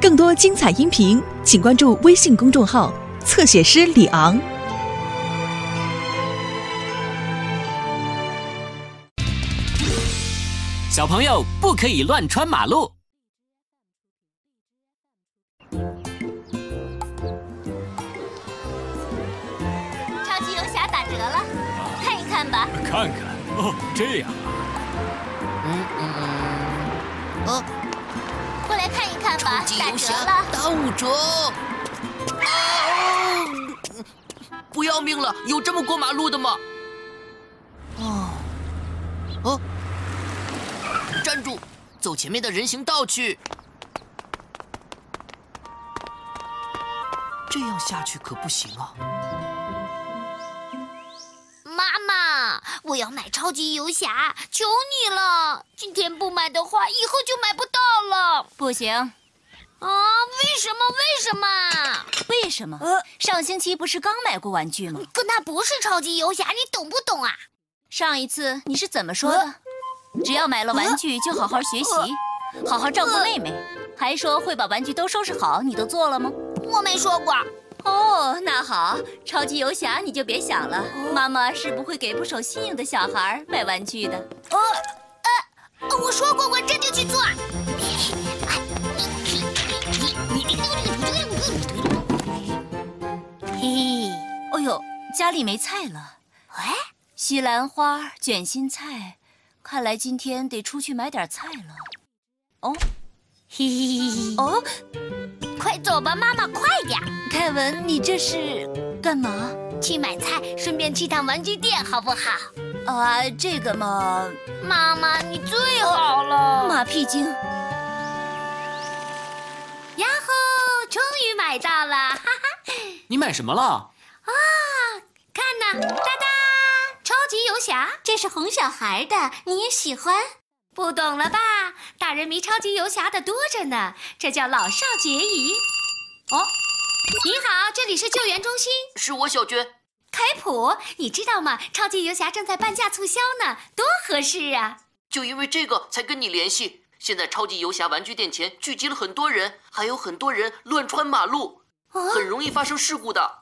更多精彩音频，请关注微信公众号“侧写师李昂”。小朋友不可以乱穿马路。超级游侠打折了，看一看吧。看看哦，这样啊，哦，过来看一看吧，超级打游折侠了。打五折。啊哦！不要命了，有这么过马路的吗？哦，哦，站住！走前面的人行道去。这样下去可不行啊！妈妈，我要买超级游侠，求你了！今天不买的话，以后就买不到了。不行，啊，为什么？为什么？为什么？上星期不是刚买过玩具吗？可那不是超级游侠，你懂不懂啊？上一次你是怎么说的？只要买了玩具就好好学习，好好照顾妹妹，还说会把玩具都收拾好，你都做了吗？我没说过。哦，那好，超级游侠你就别想了，妈妈是不会给不守信用的小孩买玩具的。呃我说过，我这就去做。 嘿嘿，哦呦，家里没菜了，哎，西兰花、卷心菜，看来今天得出去买点菜了。哦嘿嘿嘿嘿。哦，快走吧，妈妈，快点，凯文，你这是干嘛？去买菜，顺便去趟玩具店，好不好？啊，这个嘛，妈妈，你最好了。马屁精，呀吼！终于买到了，哈哈！你买什么了？看呐，哒哒，超级游侠，这是哄小孩的，你也喜欢？不懂了吧？大人迷超级游侠的多着呢，这叫老少皆宜。哦，你好，这里是救援中心。是我小娟。凯普，你知道吗？超级游侠正在半价促销呢，多合适啊！就因为这个才跟你联系。现在超级游侠玩具店前聚集了很多人，还有很多人乱穿马路，很容易发生事故的。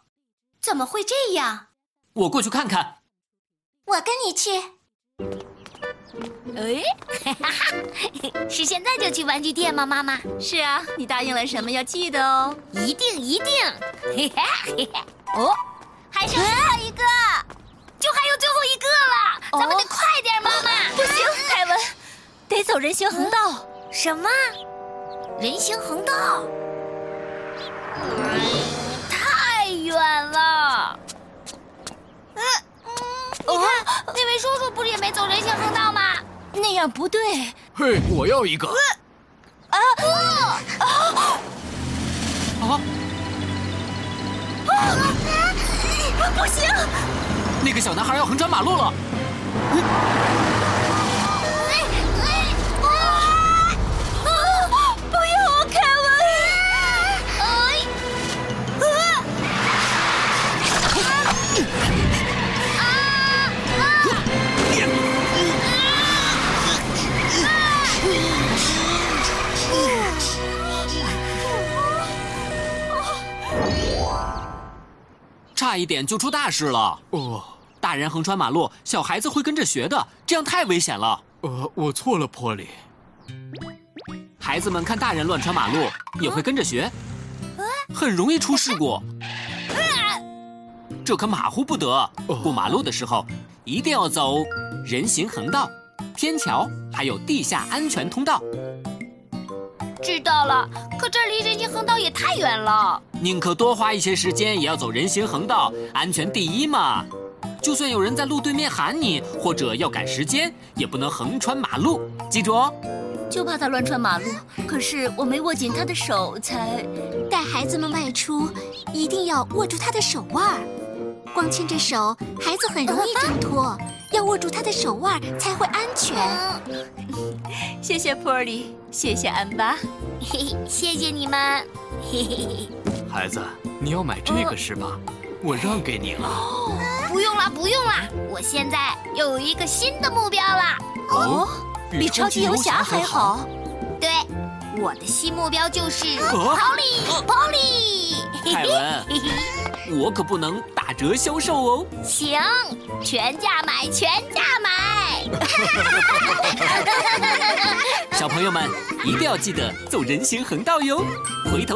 怎么会这样？我过去看看。我跟你去。哎， 是现在就去玩具店吗，妈妈？是啊，你答应了什么要记得哦。一定一定， 嘿嘿嘿嘿。哦，还剩最后一个，就还有最后一个了，哦咱们得快点，妈妈。不行，凯文，得走人行横道。哦什么？人行横道？太远了。呃嗯，你看，那位叔叔不是也没走人行横道吗？那样不对，嘿，我要一个。啊，不行，那个小男孩要横穿马路了。哎啊不要，凯文。哎差一点就出大事了！哦，大人横穿马路，小孩子会跟着学的，这样太危险了。呃，我错了，波利。孩子们看大人乱穿马路，也会跟着学，很容易出事故。这可马虎不得！过马路的时候一定要走人行横道、天桥，还有地下安全通道。知道了，可这离人行横道也太远了。宁可多花一些时间，也要走人行横道，安全第一嘛。就算有人在路对面喊你，或者要赶时间，也不能横穿马路，记住哦。就怕他乱穿马路，可是我没握紧他的手，才带孩子们外出，一定要握住他的手腕儿。光牵着手，孩子很容易挣脱，要握住他的手腕儿才会安全。谢谢波利，谢谢安巴。嘿嘿，谢谢你们。嘿嘿嘿，孩子，你要买这个是吧？我让给你了。不用啦，不用啦，我现在又有一个新的目标啦。哦，比超级游侠还好。对，我的新目标就是哦 Polly，Polly。凯文，我可不能打折销售哦。行，全价买，全价买。小朋友们一定要记得走人行横道哟，回头。